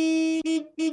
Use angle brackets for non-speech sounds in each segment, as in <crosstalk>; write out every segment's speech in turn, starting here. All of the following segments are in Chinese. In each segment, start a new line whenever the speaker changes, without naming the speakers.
滴。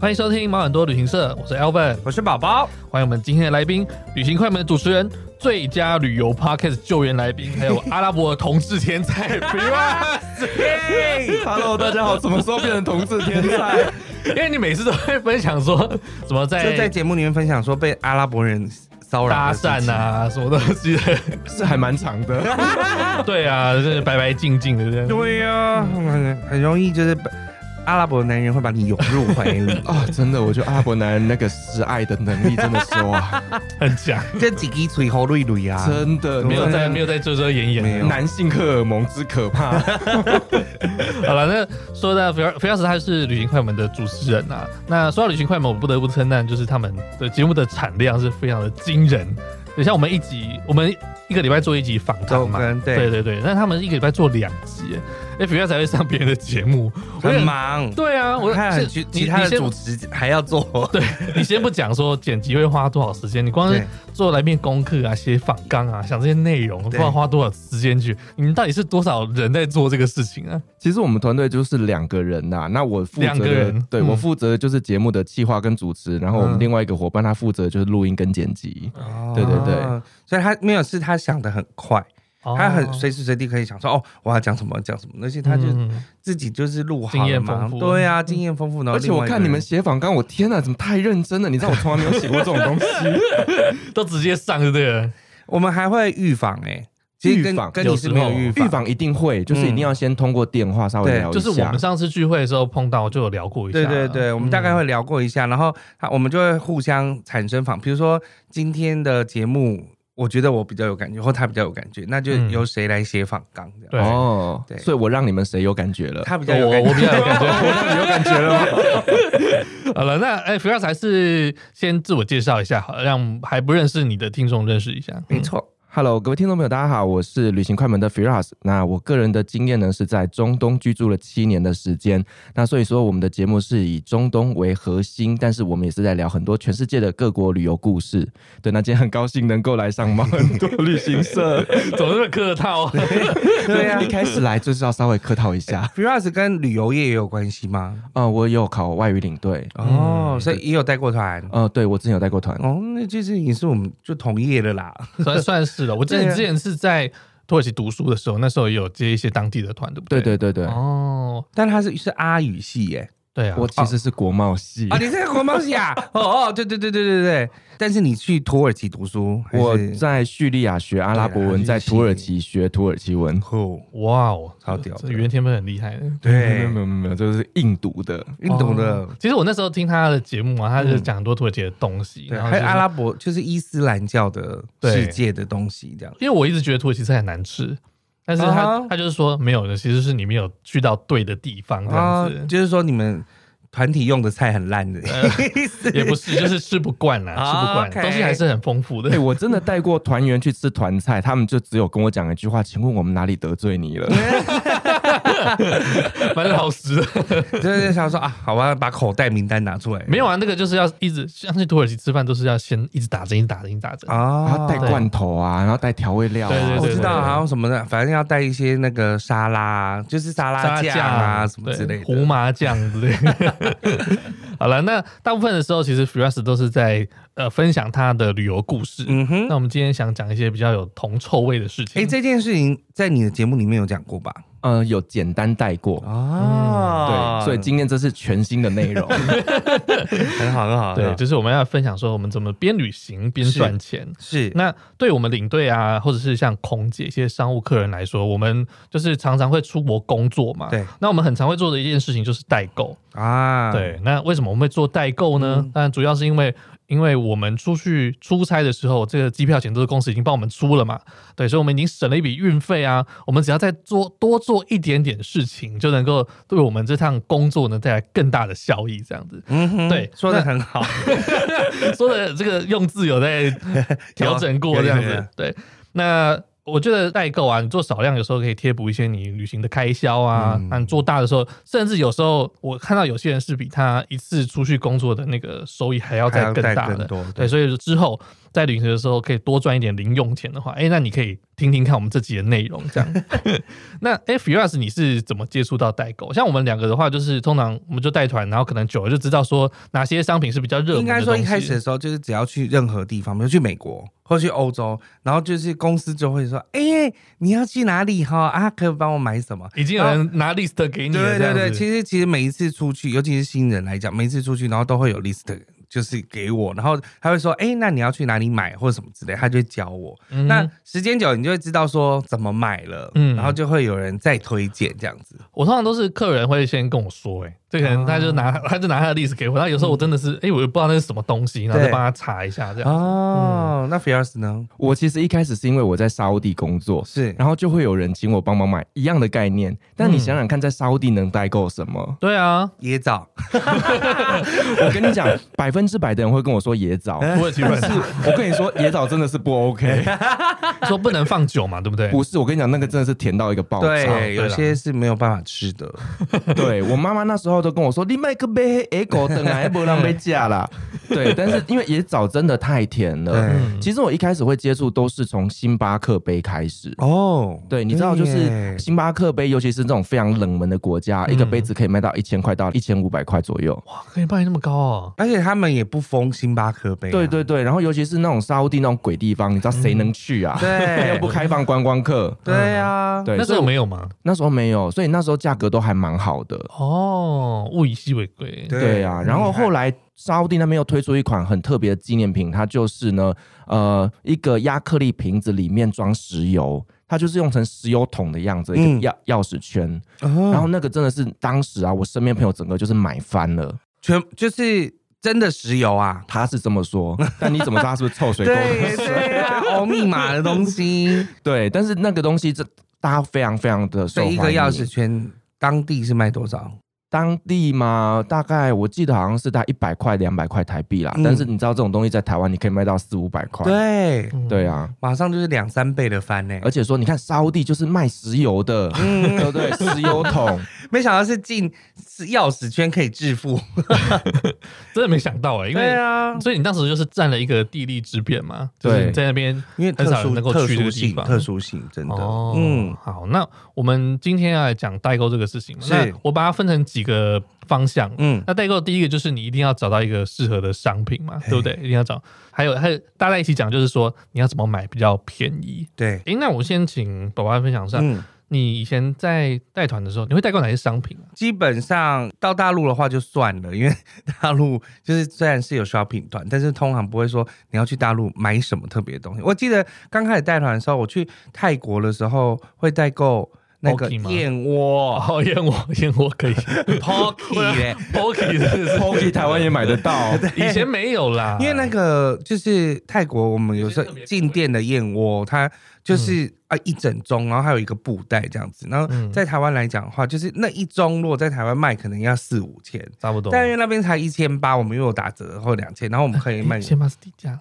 欢迎收听毛很多旅行社，我是 Elvin，
我是宝宝，
欢迎我们今天的来宾，旅行快门的主持人、最佳旅游 Podcast 救援来宾，
<laughs>
还有阿拉伯的同志天才啊 Firas。
<laughs> Hello，大家好，什么时候变成同志天才？
因为你每次都会分享说怎么
<laughs> 就在
在
节目里面分享说被阿拉伯人骚扰
搭
的事情
讪，啊，什么东
<laughs>
西的，
是还蛮长的，。
对啊，就是白白净净的这样。
对呀、很很容易就是把阿拉伯男人会把你涌入怀里
<laughs> 啊！真的，我觉得阿拉伯男人那个示爱的能力真的是 <laughs> 哇，
很强，
这几滴嘴喉绿绿啊，
真的
没有在
真的
没有在遮遮掩掩
没有
的。
男性荷尔蒙之可怕。
<laughs> 好了，那说到菲尔菲尔斯，他是旅行快门的主持人啊。那说到旅行快门，我不得不称赞，就是他们的节目的产量是非常的惊人。等像我们一集，我们一个礼拜做一集访谈嘛
周更，对
对对对。那他们一个礼拜做两集，哎，菲尔才会上别人的节目，我
很
也。
忙。
对啊，我
还有
是
其
你
其他
你
的
先
主持还要做，
<laughs> 对你先不讲说剪辑会花多少时间，你光是
对
做来面功课啊、写访纲啊、想这些内容，不知
对
道花多少时间去。你们到底是多少人在做这个事情啊？
其实我们团队就是两个人呐、那我负
两
责
个
的
人，
对、
嗯
我负责的就是节目的企划跟主持，然后我
嗯
们另外一个伙伴他负责就是录音跟剪辑。对对对
哦，所以他没有是他想的很快，他很
哦
随时随地可以想说哦，我要讲什么讲什么，而且他就
嗯
自己就是录好
经验
了嘛
丰富嗯
对啊，经验丰富。然后
而且我看你们写访纲，我天呐，怎么太认真了？你知道我从来没有写过这种 <laughs> 东西。
都直接上就对了。
我们还会预防哎，其实
预防
跟跟你是没有预
预
防，
防一嗯定会，就是一定要先通过电话稍微
对
聊一
就
下。
是我们上次聚会的时候碰到，就有聊过一下。嗯
对对对，我们大概会聊过一下，然后他我们就会互相产生仿，比如说今天的节目，我觉得我比较有感觉，或他比较有感觉，那就
嗯
由谁来写仿纲这样。
对
哦
对，
所以我让你们谁有感觉了？
他比较
我
有感
哦我比
觉，
较有
<laughs>
感觉。
我让你有感觉了吗？
好了，那哎，菲尔还是先自我介绍一下，好了，让还不认识你的听众认识一下。
没错，
Hello，各位听众朋友，大家好，我是旅行快门的 Firas。那我个人的经验呢，是在中东居住了七年的时间。那所以说，我们的节目是以中东为核心，但是我们也是在聊很多全世界的各国旅游故事。对，那今天很高兴能够来上毛很多旅
<laughs>
行社。
嗯怎么那么客套？
对啊
啊一。开始来就是要稍微客套
<laughs>
一下。
Firas 跟旅游业也有关系吗？
嗯、我有考外语领队。
哦，所以也有带过团。
呃，对我之前有带过团。
哦，那就是也是我们就同业了啦。
<laughs>
<laughs>
算算是了。我记得你
对啊
之前是在土耳其读书的时候，那时候也有接一些当地的团，对不
对
对
对对对，
哦，
但他是是阿语系耶。
对啊，
我其实是国贸系。
啊，你是国贸系啊？哦哦，对对对对对对。但是你去土耳其读书，还是
我在叙利亚学阿拉伯
对啦
文，在
叙利亚
土耳其学土耳其文。
哦，
哇哦，
超屌的
这语言天分很厉害的。
没
对
有，没有没有没有，就是硬读的。
你懂的
哦。其实我那时候听他的节目啊，他就讲很多土耳其的东西，
对，
然后
还有
就是
阿拉伯就是伊斯兰教的世界的东西这样。
因为我一直觉得土耳其菜很难吃，但是他、
啊哈
他就是说没有的，其实是你没有去到对的地方这样子，
哦就是说你们团体用的菜很烂的 <laughs> 意思。
<laughs> 也不是就是吃不惯啦，吃不
啊
惯，
，OK
东西还是很丰富
<laughs>
哎、
的。
我真的带过团员去吃团菜，他们就只有跟我讲一句话：“请问我们哪里得罪你了
蛮老实的，
就是想说啊，好吧，把口袋名单拿出来。
没有啊，那个就是要一直像去土耳其吃饭都是要先一直打针，一直打针，一直打针。
啊？”
然后带罐头啊，然后带调味料啊，
对对对
我
我
哦知
知
道，
道。
还有什么的，反正要带一些那个沙拉啊，就是沙拉酱啊什么
对
之类的。
胡麻酱之类的。
<laughs>
好了，那大部分的时候，其实 Firas 都是在呃分享他的旅游故事。
嗯哼
那，我们今天想讲一些比较有铜臭味的事情。
哎，这件事情在你的节目里面有讲过吧？
呃，有简单带过，
哦
啊嗯
对，所以今天这是全新
<laughs>
的内容。
很好，很好，很
对，
好
就是我们要分享说我们怎么边旅行边赚钱。
是
那对我们领队啊，或者是像空姐一些商务客人来说，我们就是常常会出国工作嘛。
对。
那我们很常会做的一件事情就是代购。
啊，嗯
对。那为什么我们会做代购呢？当然主要是因为因为我们出去出差的时候，这个机票钱都是公司已经帮我们出了嘛，对，所以我们已经省了一笔运费啊。我们只要再做多做一点点事情，就能够对我们这趟工作呢带来更大的效益，这样子。
嗯哼，
对
说的很 <laughs> 好，
<laughs> 说的这个用字有
<laughs>
在调整过这样
有有有
子。对，那我觉得代购啊，你做少量有时候可以贴补一些你旅行的开销啊
嗯。
那、你做大的时候，甚至有时候我看到有些人是比他一次出去工作的那个收益还要
还
再
要
更
带
大
更
的。
多，
对，所以之后在旅行的时候可以多赚一点零用钱的话，哎、那你可以听听看我们这集的内容，
<laughs>
这样。那哎 f i r a s 你是怎么接触到代购？像我们两个的话，就是通常我们就带团，然后可能久了就知道说哪些商品是比较热门的
应该说一
东西
开始的时候，就是只要去任何地方，比如去美国或去欧洲，然后就是公司就会说：“哎、你要去哪里哈啊？可以帮我买什么
已经有人拿 list 给？”你了，
啊对对对，
这样子
其实其实每一次出去，尤其是新人来讲，每一次出去，然后都会有 list，就是给我，然后他会说：“哎、那你要去哪里买或者什么之类。”他就会教我。
嗯
那时间久，你就会知道说怎么买了，
嗯
然后就会有人再推荐这样子。
我通常都是客人会先跟我说、哎，这可
啊
能他就拿、他就拿他的 list 给我，那有时候我真的是哎、我也不知道那是什么东西，然后
嗯
就
对
帮他查一下这样。
哦，
嗯
那 Fierce 呢？
我其实一开始是因为我在沙烏地工作，
是
然后就会有人请我帮忙买一样的概念，但你想想看，在沙烏地能代购什么？
对啊，
椰枣，
嗯
我跟你
<laughs>
讲，百分之百的人会跟我说野枣，
哎
土耳
<laughs>
其
但
软
是我跟你说，野枣真的是不 OK。
哎说不能放久嘛，对不对？
不是，我跟你讲，那个真的是甜到一个爆炸。
对，有
啦
些是没有办法吃的。
<laughs> 对我妈妈那时候都跟我说，你买个杯野狗等啊，不让被嫁啦。对，但是因为野枣真的太甜了。
对，
嗯
其实我一开始会接触都是从星巴克杯开始。
哦，
对，你知道，就
耶
是星巴克杯，尤其是这种非常冷门的国家，一个
嗯
杯子可以卖到一千块到一千五百块左右。
哇，可以卖那么高哦、
而且他们也不封星巴克杯啊、
对对对，然后尤其是那种沙烏地那种鬼地方，你知道谁能去啊？
对
<laughs> 又不开放观光客。
对啊，
对，
那时
所以
候
我
没有吗？
那时候没有，所以那时候价格都还蛮好的。
哦，物以稀为贵。
对啊，然后
来
后来沙烏地那边又推出一款很特别的纪念品，它就是呢，呃，一个亚克力瓶子里面装石油，它就是用成石油桶的样子，一
嗯
个钥钥匙圈。然
然
后那个真的是当时啊，我身边朋友整个就是买翻了，
全就是真的石油啊，
他是这么
<laughs>
说，但你怎么知道他是不是臭水沟？
对对 <laughs> 啊，哦密码的东 <laughs> 西，
<laughs> 对，但是那个东西这大家非常非常的受
所
欢
以
迎。
一个钥匙圈当地是卖多少？
当地嘛，大概我记得好像是大概一百块、两百块台币啦。
嗯
但是你知道这种东西在台湾你可以卖到四五百块，
对，
嗯
对，啊。
马上就是两三倍的翻呢、
而且说，你看沙乌地就是卖石油的，
嗯
对不对？石油
<laughs>
桶，
没想到是进是钥匙圈可以致富，
真的没想到哎、因
对
为、
啊，
所以你当时就是占了一个地利之便嘛，就
对
是在那边
因为特
很少人
殊
能够
特
去这
殊
个地
性
方。
特殊性真的，
哦，
嗯
嗯，，好，那我们今天要来讲代购这个事情嘛，
是
那我把它分成几个方向。
嗯
那代购第一个就是你一定要找到一个适合的商品嘛，对不对？一定要找，还有还有大家一起讲，就是说你要怎么买比较便宜。
对，
诶，那我先请宝宝来分享一下，
嗯。
你以前在带团的时候，你会代购哪些商品啊？
基本上到大陆的话就算了，因为大陆就是虽然是有 shopping 团，但是通常不会说你要去大陆买什么特别的东西。我记得刚开始带团的时候，我去泰国的时候会代购那个
Pocky 吗
燕窝
哦，燕窝，燕窝可以
，Pocky
<laughs>
耶
，Pocky 真
<laughs>
的是 <laughs>
Pocky 台湾也买得到，
以前没有 <laughs> 啦，
因为那个就是泰国，我们有时候进店的燕窝，它就是啊一整盅，然后还有一个布袋这样子。然后
嗯
在台湾来讲的话，就是那一盅如果在台湾卖，可能要四五千，
差不多，
但因为那边才一千八，我们又有打折或两千，然后我们可以卖
<laughs> 诶。先把是低价，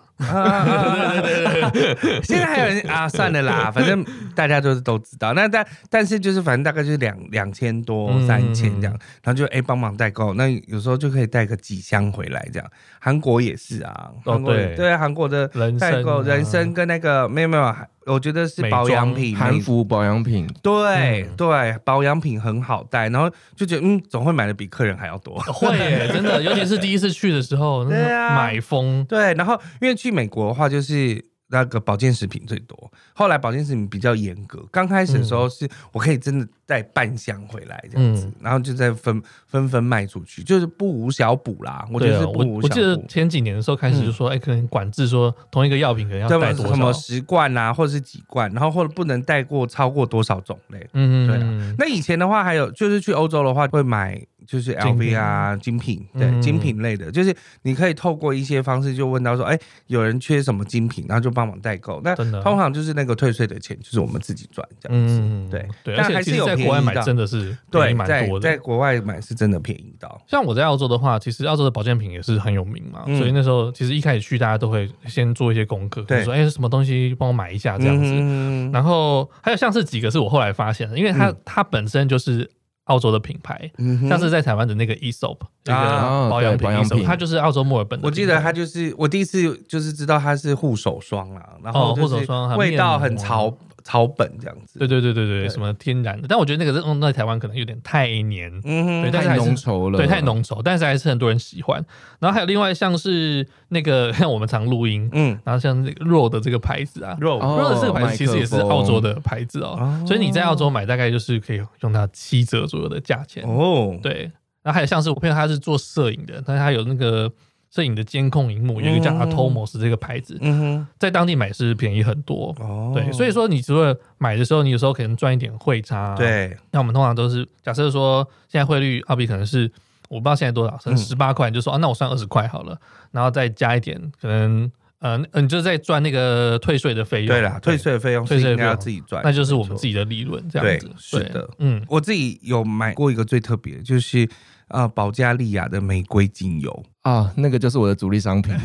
啊对对对对， <laughs> 现在还有人啊，算了啦，反正大家就是都知道。那但但是就是反正大概就是两两千多
嗯
三千这样，然后就哎帮、忙代购，那有时候就可以带个几箱回来这样。韩国也是啊，
哦
韩国也
对
对韩国的
人参啊
代购人参跟那个没有没有，我觉得是
美
保养
妆
品
<laughs> 韩
美
服保养品，
对、
嗯
对，保养品很好带，然后就觉得嗯，总会买的比客人还要多。
会耶，真
<laughs>
的，尤其是第一次去的时候，那
对啊
买疯，
对，然后因为去美国的话，就是那个保健食品最多，后来保健食品比较严格。刚开始的时候是我可以真的带半箱回来这样子，
嗯
然后就再分纷纷卖出去，就是不无小补啦。我觉
对
得
啊
是不
我
无
我
小
记得
补。
前几年的时候开始就说，哎、可能管制说同一个药品可能要
对吧
带？多
嗯什么
少，
十罐啊，或者是几罐，然后或者不能带过超过多少种类。
嗯
对啊
嗯，
那以前的话，还有就是去欧洲的话，会买就是
精品
LV 啊，精品，对，
嗯
精品类的，就是你可以透过一些方式就问到说，哎、有人缺什么精品，然后就帮忙代购。那
真的
通常就是那个退税的钱就是我们自己赚这样子。
嗯，
对啊
对，
但
而且
还是
其实
有
在
便
国外
宜
买
到
真的是便宜
对，
蛮
在
多的
在。国外买是真的便宜到，
像我在澳洲的话，其实澳洲的保健品也是很有名嘛，
嗯
所以那时候其实一开始去，大家都会先做一些功课，
对
比如说哎、什么东西帮我买一下这样子。
嗯
然后还有像是几个是我后来发现的，因为它、它本身就是澳洲的品牌，
嗯哼
像是在台湾的那个 Esop 一个
啊
保养
对
品
保养
Esop，
品
它就是澳洲墨尔本的
我
品牌。
记得它就是我第一次就是知道它是护手霜啦，然
哦
后就
护手霜还
是
有
味道
面
很
膜
草草本这样子。
对对对对对，
对
什么天然的，但我觉得那个用在台湾可能有点太黏，
嗯哼，
<laughs> 对但是还
太
是
浓稠了，
对，太。浓稠，但是还是很多人喜欢。然后还有另外像是那个， <laughs> 像我们常录音，
嗯，
然后像那个 Rode 的这个牌子啊
肉
哦
，Rode 这个牌子其实也是澳洲
麦
的牌子哦
哦，
所以你在澳洲买大概就是可以用到七折左右的价钱。
哦，
对，然后还有像是我朋友他是做摄影的，但是他有那个摄影的监控荧幕，有一个叫
嗯
Atomos 这个牌子，
嗯
在当地买是便宜很多。
哼，哦，
对，所以说你除了买的时候，你有时候可能赚一点汇差、啊，
对，
那我们通常都是假设说，现在汇率澳币可能是我不知道现在多少，可能
嗯
十八块，你就说啊，那我算二十块好了，然后再加一点，可能呃，呃你就在赚那个退税的费用。
对啦，退，税的费用
退
是
税
应
费
该要
用
自己赚，
那就是我们
没错
自己的利润这样子
对。是的
嗯，
我自己有买过一个最特别的，就是呃保加利亚的玫瑰精油，
啊，那个就是我的主力商品，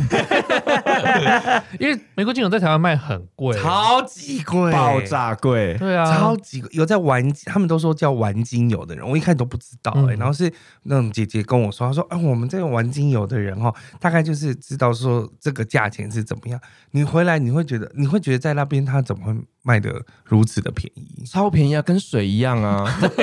因为玫瑰精油在台湾卖很贵，
超级贵，
爆，炸贵。
对啊，
超级贵。有在玩，他们都说叫玩精油的人，我一开始都不知道
嗯
哎、欸然后是那种姐姐跟我说，她说啊，我们这个玩精油的人哦，大概就是知道说这个价钱是怎么样。你回来你会觉得，你会觉得在那边他怎么会卖的如此的便
<laughs>
宜？
超便宜啊，跟水一样啊！ <laughs>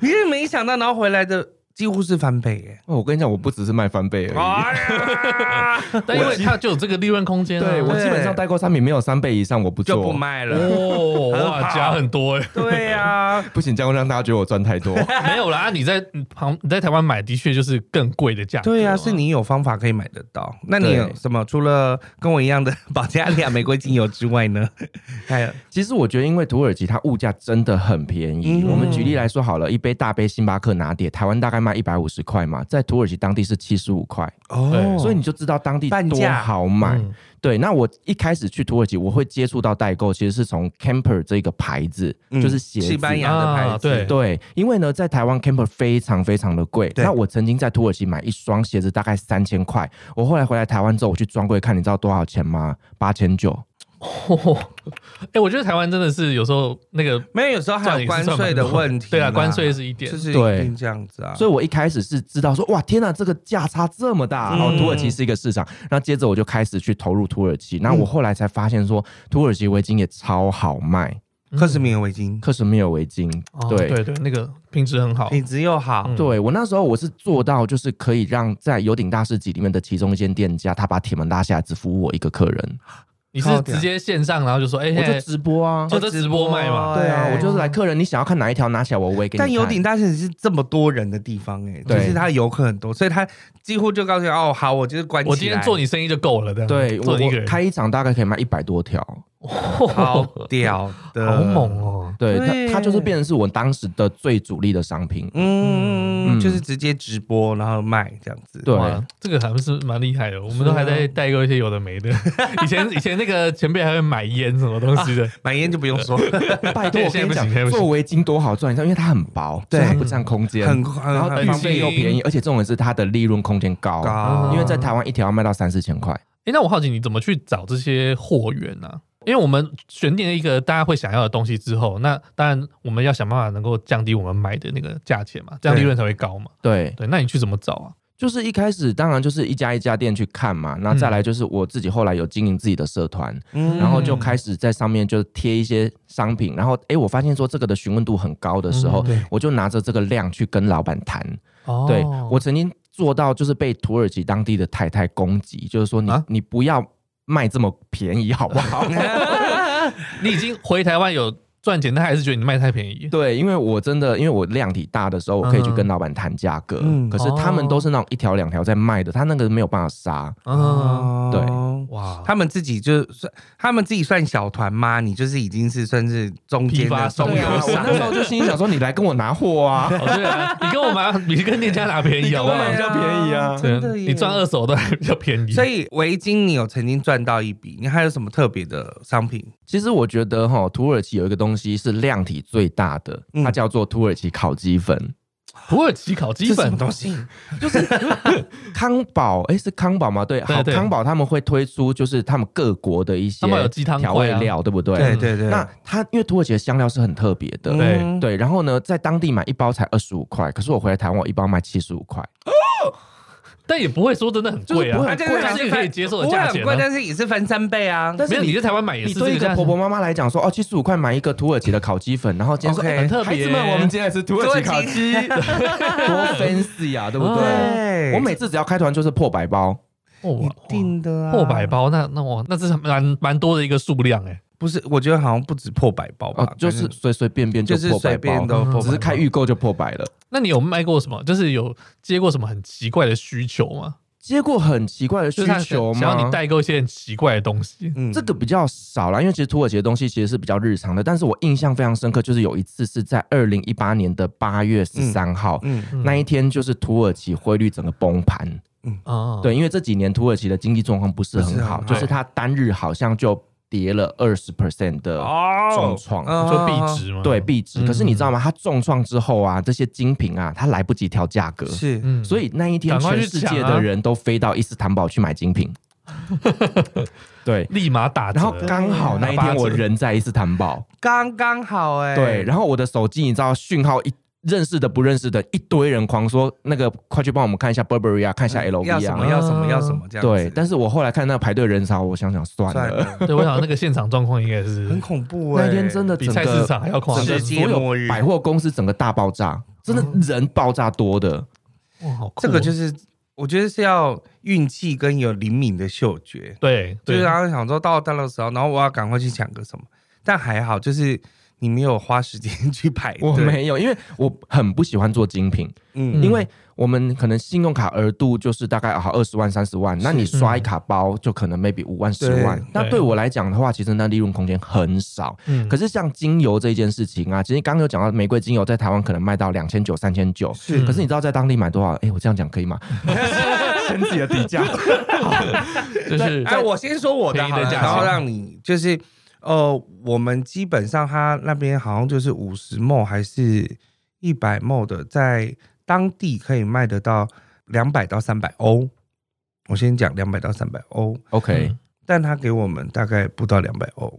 你是没想到，然后回来的几乎是翻倍欸耶、
哦我跟你讲，我不只是卖翻倍
哦
而已。
<laughs> 哎呀，
但因为它就有这个利润空间啊。
对我基本上代购商品没有三倍以上，我不
就
做，
不卖了。
哦，
很
哇，
好
加很
<laughs>
多哎、
对呀、
不行，这样会让大家觉得我赚太
<laughs>
多。
没有啦，你在你旁你在台湾买的确就是更贵的价格嘛。嗯
对呀、是你有方法可以买得到。那你
对
有什么除了跟我一样的保加利亚玫瑰精油之外呢？还有，
其实我觉得，因为土耳其它物价真的很便宜。
嗯
我们举例来说好了，一杯大杯星巴克拿铁，台湾大概卖一百五十块嘛，在土耳其当地是七十五块，
哦
对
所以你就知道当地
半
多
价
好买。
嗯
对，那我一开始去土耳其，我会接触到代购，其实是从 Camper 这个牌子，
嗯
就是鞋子。
西班牙的牌
啊
子，
对
对，因为呢，在台湾 Camper 非常非常的贵。
对
那我曾经在土耳其买一双鞋子，大概三千块。我后来回来台湾之后，我去专柜看，你知道多少钱吗？八千九。
<laughs> 哎、我觉得台湾真的是有时候那个
没有，有时候还有关税的问题嘛。
对啊，关税是一点
就。是一
对
定这样子啊。
所以我一开始是知道说，哇，天呐，这个价差这么大，
嗯
然后土耳其是一个市场，然后接着我就开始去投入土耳其。
嗯
那我后来才发现说，土耳其围巾也超好卖，
克什米尔围巾
克什米尔围巾，
嗯哦
对。
对对，那个品质很好。
品质又好
嗯，
对我那时候我是做到，就是可以让在有顶大市集里面的其中一间店家，他把铁门拉下来，只服务我一个客人，
你是直接线上，然后就说，哎、
我就
现在
直播啊
哦。这直播卖嘛
对啊，
哎
我就是来客人，你想要看哪一条，拿起来我喂给你看。
但有顶大城是这么多人的地方、哎，就
对
是他游客很多，所以他几乎就告诉你，哦，好，我就是关起来。
我今天做你生意就够了，这样
对我
做你一个
我
人， <laughs>
开一场大概可以卖一百多条，
好屌的，
好猛哦、
对
对
它它就是变成是我当时的最主力的商品。
嗯，
嗯
就是直接直播然后卖这样子。
对啊
哇，这个还是蛮厉害的。我们都还在代购一些有的没的。 <laughs> 以前以前那个前辈还会买烟什么东西
啊
的，
买烟就不用说，
<laughs> 拜托，我跟你
现在不行现在不行
讲，做围巾多好赚，你知道，因为它很薄，
对
所以它不占空
<laughs>
间，
很
然后
很很
很方便又便
很
宜，而且重点是它的利润空间高，
高，
因为在台湾一条要卖到三四千块。
哎、那我好奇你怎么去找这些货源呢、因为我们选定了一个大家会想要的东西之后，那当然我们要想办法能够降低我们买的那个价钱嘛，这样利润才会高嘛。
对，
对，那你去怎么找啊？
就是一开始当然就是一家一家店去看嘛，那
嗯
再来就是我自己后来有经营自己的社团，
嗯
然后就开始在上面就贴一些商品，然后诶，我发现说这个的询问度很高的时候，
对
我就拿着这个量去跟老板谈。
嗯哦
嗯对我曾经做到就是被土耳其当地的太太攻击，就是说你、
啊
你不要卖这么便宜好不好？ <laughs>
<laughs>
你已经回台湾有赚钱，但还是觉得你卖太便宜。
对，因为我真的因为我量体大的时候，我可以去
嗯
跟老板谈价格，
嗯
可是他们
哦
都是那种一条两条在卖的，他那个没有办法杀。
嗯，
对
哇，
哦他们自己就是他们自己算小团吗？你就是已经是算是中间
批发
的
商
中
对啊
游
我
商
那时候就心里想说，你来跟我拿货啊，
<laughs> 哦对啊，你跟我买，你跟店家拿
<laughs>
便宜好不好？
比较便宜啊
真
对
的耶
你赚二手都还比较便宜。
所以围巾你有曾经赚到一笔，你还有什么特别的商品？
其实我觉得哈，土耳其有一个东西是量体最大的，
嗯
它叫做土耳其烤鸡粉。
土耳其烤鸡
这什
粉
么东西？
康宝，哎，是康宝吗？对，
对
好，
对
康宝他们会推出就是他们各国的一些
康宝有鸡汤
调
块啊
味料，对不对？
对对对，
那它因为土耳其的香料是很特别的，
对
嗯
对，然后呢，在当地买一包才二十五块，可是我回来台湾，我一包卖七十五块。
但也不会说真的很贵啊，
就是不会
啊
很
这
贵
个
它是一个可以接受的
不会
价
很
钱
贵，
啊。
但是也是翻三倍啊。
但
没有，
是
你
你
在台湾买也
你
是
对
这
一
价
个
钱啊
婆婆妈妈来讲说，哦，七十五块买一个土耳其的烤鸡粉，然后今天说
OK
哎
很特别
孩子们，我们今天来吃土耳其烤鸡， <laughs> 多 fancy 啊，对不对？
对，
我每次只要开团就是破百包，
哦
一定的啊，
破百包，那那我那这是蛮蛮多的一个数量哎。
不是，我觉得好像不止破百包吧，
哦，就是随随便便就
就是
破百
随
包嗯
便，都破百包，
只是开预购就破百了。
那你有卖过什么？就是有接过什么很奇怪的需求吗？
接过很奇怪的需
就是他
求
想
吗？
要你代购一些很奇怪的东西。
嗯
这个比较少啦，因为其实土耳其的东西其实是比较日常的，但是我印象非常深刻，就是有一次是在二零一八年的八月十三号。
嗯
嗯
那一天就是土耳其汇率整个崩盘，
啊，
对，因为这几年土耳其的经济状哦况不是
不是
很
很
好，
好
就是它单日好像就跌了二十 percent 的重创，
就币值嘛，
对，币值。
哦嗯
可是你知道吗？它重创之后啊，这些精品啊，它来不及调价格，
是
嗯
所
以
以那一天
赶快
全
去
世
抢
界
啊
的人都飞到伊斯坦堡去买精品，对，
立马打折。
然后刚好那一天
打
我
八折
人在伊斯坦堡，
刚刚好哎，
对，然后我的手机你知道讯号一认识的不认识的一堆人狂说那个快去帮我们看一下 Burberry 啊，看一下
嗯要
LV
什
啊
么，要什么要什么这样子，
对，但是我后来看那排队人潮，我想想算
算
了，
了，
对，我想那个现场状况应该
<laughs>
是
很恐怖哎，
那天真的
比
整
菜市
个
场还要夸
整
张
个
世。
所
界末日
有百货公司整个大爆炸，真的
嗯
人爆炸多的，
哇，好酷哦！
这个就是我觉得是要运气跟有灵敏的嗅觉，
对，
就
对
是然啊后想说到到的时候，然后我要赶快去抢个什么，但还好就是你没有花时间 <laughs> 去排队，
我没有，因为我很不喜欢做精品，
嗯，
因为我们可能信用卡额度就是大概啊好二十万三十万，那你刷一卡包就可能 maybe 五万十万
对。
那对我来讲的话，其实那利润空间很少。
嗯
可是像精油这件事情啊，其实刚刚有讲到玫瑰精油在台湾可能卖到两千九、三千九，
是嗯
可是你知道在当地买多少？哎，我这样讲可以吗？先自己的底价。
就是
哎，我先说我的好
便宜的
了，
价钱
然后让你就是呃，我们基本上他那边好像就是五十梦还是一百梦的，在当地可以卖得到两百到三百欧。我先讲两百到三百欧，
OK，
嗯
但他给我们大概不到两百欧。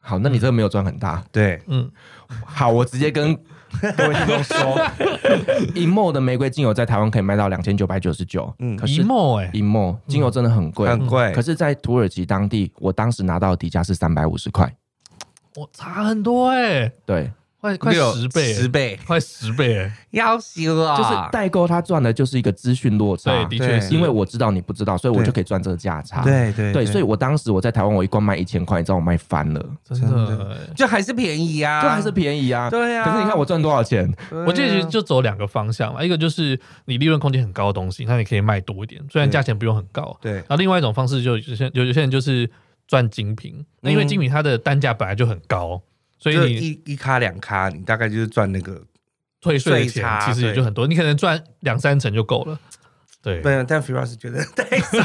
好，那你这个没有赚很大。
对，
嗯，
好，我直接跟各位听
<laughs>
众说，一墨的玫瑰精油在台湾可以卖到两千九百九十九，
嗯
可
一
是
墨哎，
一墨精油真的很贵，嗯
很贵。
可是，在土耳其当地，我当时拿到的底价是三百五十块，
我差很多哎，
对，
快快
六
十倍，
十倍，
快十倍哎，
要修啊！
就是代购他赚的就是一个资讯落
对，
差，
的确是
啊因为我知道你不知道，所以我
对
就可以赚这个价差，
对对
所以我当时我在台湾，我一罐卖一千块，你知道我卖翻了，
真
真
的
的
哎。
就还是便宜啊，
这还是便宜啊，
对啊
可是你看我赚多少钱？
对啊
我这就就走两个方向嘛，一个就是你利润空间很高的东西，那你可以卖多一点，虽然价钱不用很高。
对啊
然后另外一种方式就有些有有些人就是赚精品，那因为精品它的单价本来就很高，所以
就
你
一一咖两咖，你大概就是赚那个。
退税的
税
钱
差
其实也就很多，你可能赚两三成就够了。对，
没有，但 Firas 觉得太少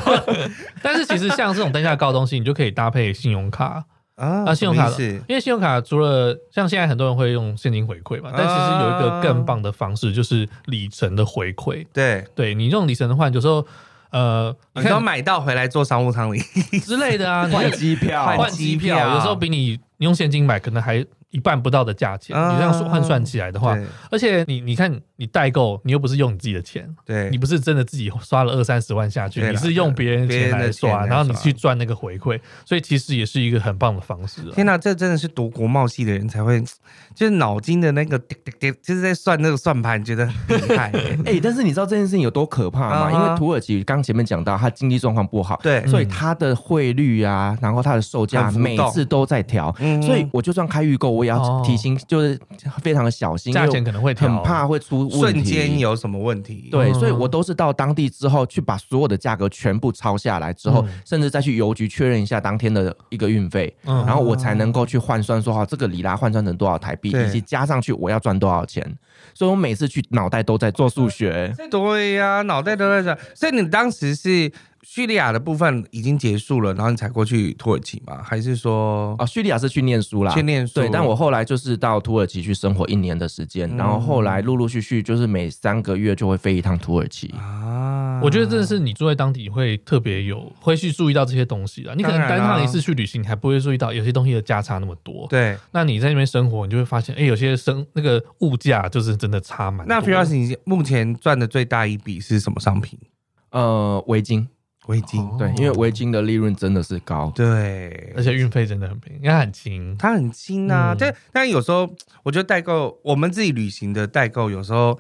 <laughs> 但是其实像这种单价高的东西，你就可以搭配信用卡，
啊
啊信用卡的
是
因为信用卡除了像现在很多人会用现金回馈嘛，但其实有一个更棒的方式就是里程的回馈。
对，
对你用里程的话，有时候呃，
哦你
你
要
看
买到回来做商务舱里，
之类的啊，你
<laughs> 换机票
换
换
机
机
票
票
有时候比你你用现金买可能还一半不到的价钱，
啊
你这样换算起来的话，
对
而且你你看你代购，你又不是用你自己的钱，
对，
你不是真的自己刷了二三十万下去，
对啦
你是用别人的钱
别人
来
的钱
刷，
来
然后你
刷
去赚那个回馈，所以其实也是一个很棒的方式啊。
天哪，这真的是读国贸系的人才会，就是脑筋的那个滴滴滴，就是在算那个算盘，觉得很厉害、
哎、但是你知道这件事情有多可怕吗
啊哈
因为土耳其刚前面讲到，它经济状况不好，
对，
嗯
所以它的汇率啊，然后它的售价
很浮动
每次都在调，
嗯
所以我就算开预购，我也要
哦
提心，就是非常的小心，因
价
为
钱可能会
很
调
怕会出问题。
瞬间有什么问题？
对，
嗯
所以我都是到当地之后去把所有的价格全部抄下来之后，
嗯
甚至再去邮局确认一下当天的一个运费，
嗯
然后我才能够去换算说，哈，这个里拉换算成多少台币，
对
以及加上去我要赚多少钱。所以我每次去脑袋都在做数学。
嗯
对呀、脑袋都在转。所以你当时是叙利亚的部分已经结束了，然后你才过去土耳其吗？还是说
哦，叙利亚是去念书啦，
去念书
对，但我后来就是到土耳其去生活一年的时间，然后后来陆陆续续就是每三个月就会飞一趟土耳其。
啊？
我觉得真的是你住在当地会特别有，会去注意到这些东西啊。你可能
当然
单
啊
趟一次去旅行，你还不会注意到有些东西的价差那么多。
对。
那你在那边生活，你就会发现，哎、有些生那个物价就是真的差蛮多
那
的。
皮老师，你目前赚的最大一笔是什么商品？
呃，围巾，
围巾。
哦
对，因为围巾的利润真的是高。
对
而，且运费真的很便宜，因为它很轻。
它很轻啊。
嗯
但但有时候，我觉得代购，我们自己旅行的代购，有时候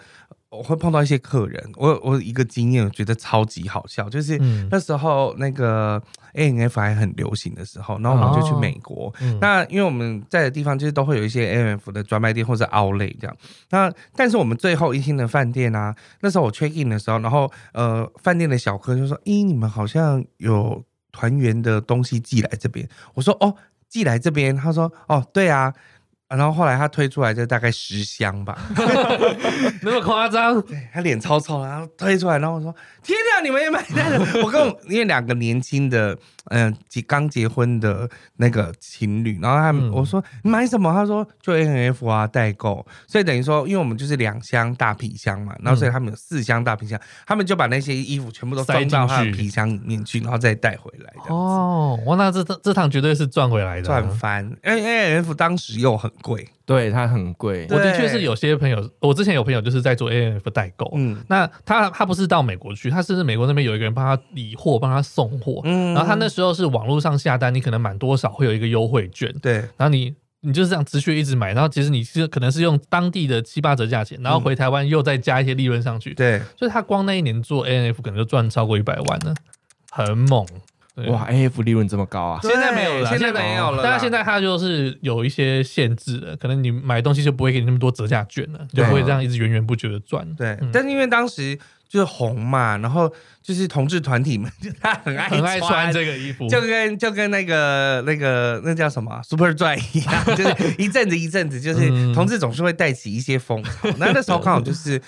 我会碰到一些客人。我我有一个经验，我觉得超级好笑，就是
嗯
那时候那个 A N F 还很流行的时候，然后我们就去美国。
嗯
那因为我们在的地方就是都会有一些 A N F 的专卖店或者 Outlet 这样。那但是我们最后一天的饭店啊，那时候我 check in 的时候，然后呃，饭店的小哥就说：“咦，你们好像有团员的东西寄来这边。”我说：“哦，寄来这边。”他说：“哦，对啊。”然后后来他推出来这大概十箱吧，
那么夸张？
他脸超臭，然后推出来，然后我说：“天哪，你们也买单了！”
<laughs>
我跟我因为两个年轻的，嗯、结刚结婚的那个情侣，然后他们、
嗯
我说你买什么？他说就 N F 啊，代购。所以等于说，因为我们就是两箱大皮箱嘛，
嗯
然后所以他们有四箱大皮箱，他们就把那些衣服全部都
塞
装
进
到他的
去
皮箱里面去，然后再带回来这样子。
哦，哇，那这这趟绝对是赚回来的啊、
赚翻，N 哎 N F 当时又很贵，
对，它很贵。
我的
对
确是有些朋友，我之前有朋友就是在做 A N F 代购，
嗯
那他他不是到美国去，他是美国那边有一个人帮他理货，帮他送货。
嗯
然后他那时候是网络上下单，你可能满多少会有一个优惠券，
对
然后你你就是这样持续一直买，然后其实你是可能是用当地的七八折价钱，然后回台湾又再加一些利润上去，
嗯对，
所以他光那一年做 A N F 可能就赚超过一百万了，很猛。对
哇，AF 利润这么高啊！
现在没有了，
现在没有了啦，
但是现在它就是有一些限制了，可能你买东西就不会给你那么多折价券了，就
对
不会这样一直源源不绝的赚。
对，
嗯
但是因为当时就是红嘛，然后就是同志团体们，就他很爱
很爱穿
穿
这个衣服，
就跟就跟那个那个那叫什么 Super Dry 一样，就是一阵子一阵子，就是
嗯
同志总是会带起一些风潮。那那时候刚好就是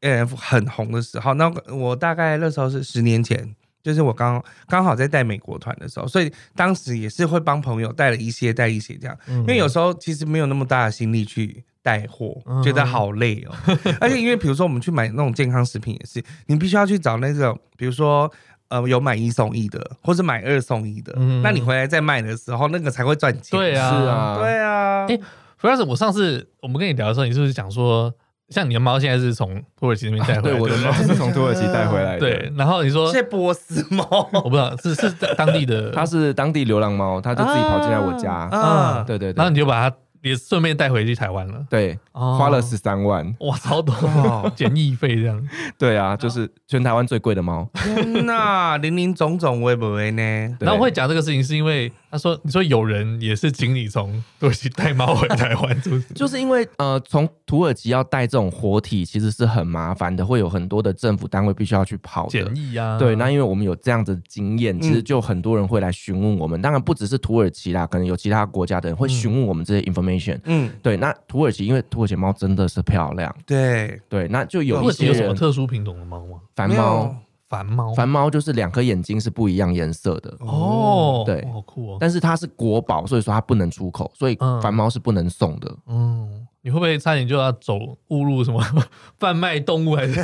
呃很红的时候，那我大概那时候是十年前。就是我刚刚好在带美国团的时候，所以当时也是会帮朋友带了一些带一些这样，
嗯
因为有时候其实没有那么大的心力去带货，
嗯
觉得好累哦。而且因为比如说我们去买那种健康食品也是，你必须要去找那种，比如说呃有买一送一的，或者买二送一的，
嗯
那你回来再卖的时候，那个才会赚钱。
对啊，
是。啊，
<laughs> 对啊，
哎 f r a s 我上次我们跟你聊的时候，你是不是讲说，像你的猫现在是从土耳其那边带回来
对，
啊的？
我的猫是从土耳其带回来的。
对，然后你说
是波斯
<laughs>
猫，
我不知道是是当地的，
<laughs> 它是当地流浪猫，它就自己跑进来我家。
啊
啊
对对
然后
对
你就把它也顺便带回去台湾了，
对，
哦
花了十三万。 <laughs>
哇超多
哦
<laughs> 简易费这样，
对啊，就是全台湾最贵的猫。
天哪，林林总总会不会呢？
对
然后会讲这个事情，是因为他说，你说有人也是请你从土耳其带猫回台湾，是不是？
就是因为呃，从土耳其要带这种活体其实是很麻烦的，会有很多的政府单位必须要去跑
<laughs>
的
简。易啊，
对，那因为我们有这样子的经验，其实
嗯
就很多人会来询问我们。当然不只是土耳其啦，可能有其他国家的人会询问我们这些 information。
嗯，
对，那土耳其因为土耳其猫真的是漂亮，
对，
对，那就
哦土
有一
耳其
些
有什么
人
特殊品种的猫吗？
繁
没有
猫，
繁猫，
繁猫就是两颗眼睛是不一样颜色的，
哦，
对
哇好酷哦，
但是它是国宝，所以说它不能出口，所以
嗯
繁猫是不能送的。
嗯。你会不会差点就要走误入什么 <laughs> 贩卖动物还 <laughs> 是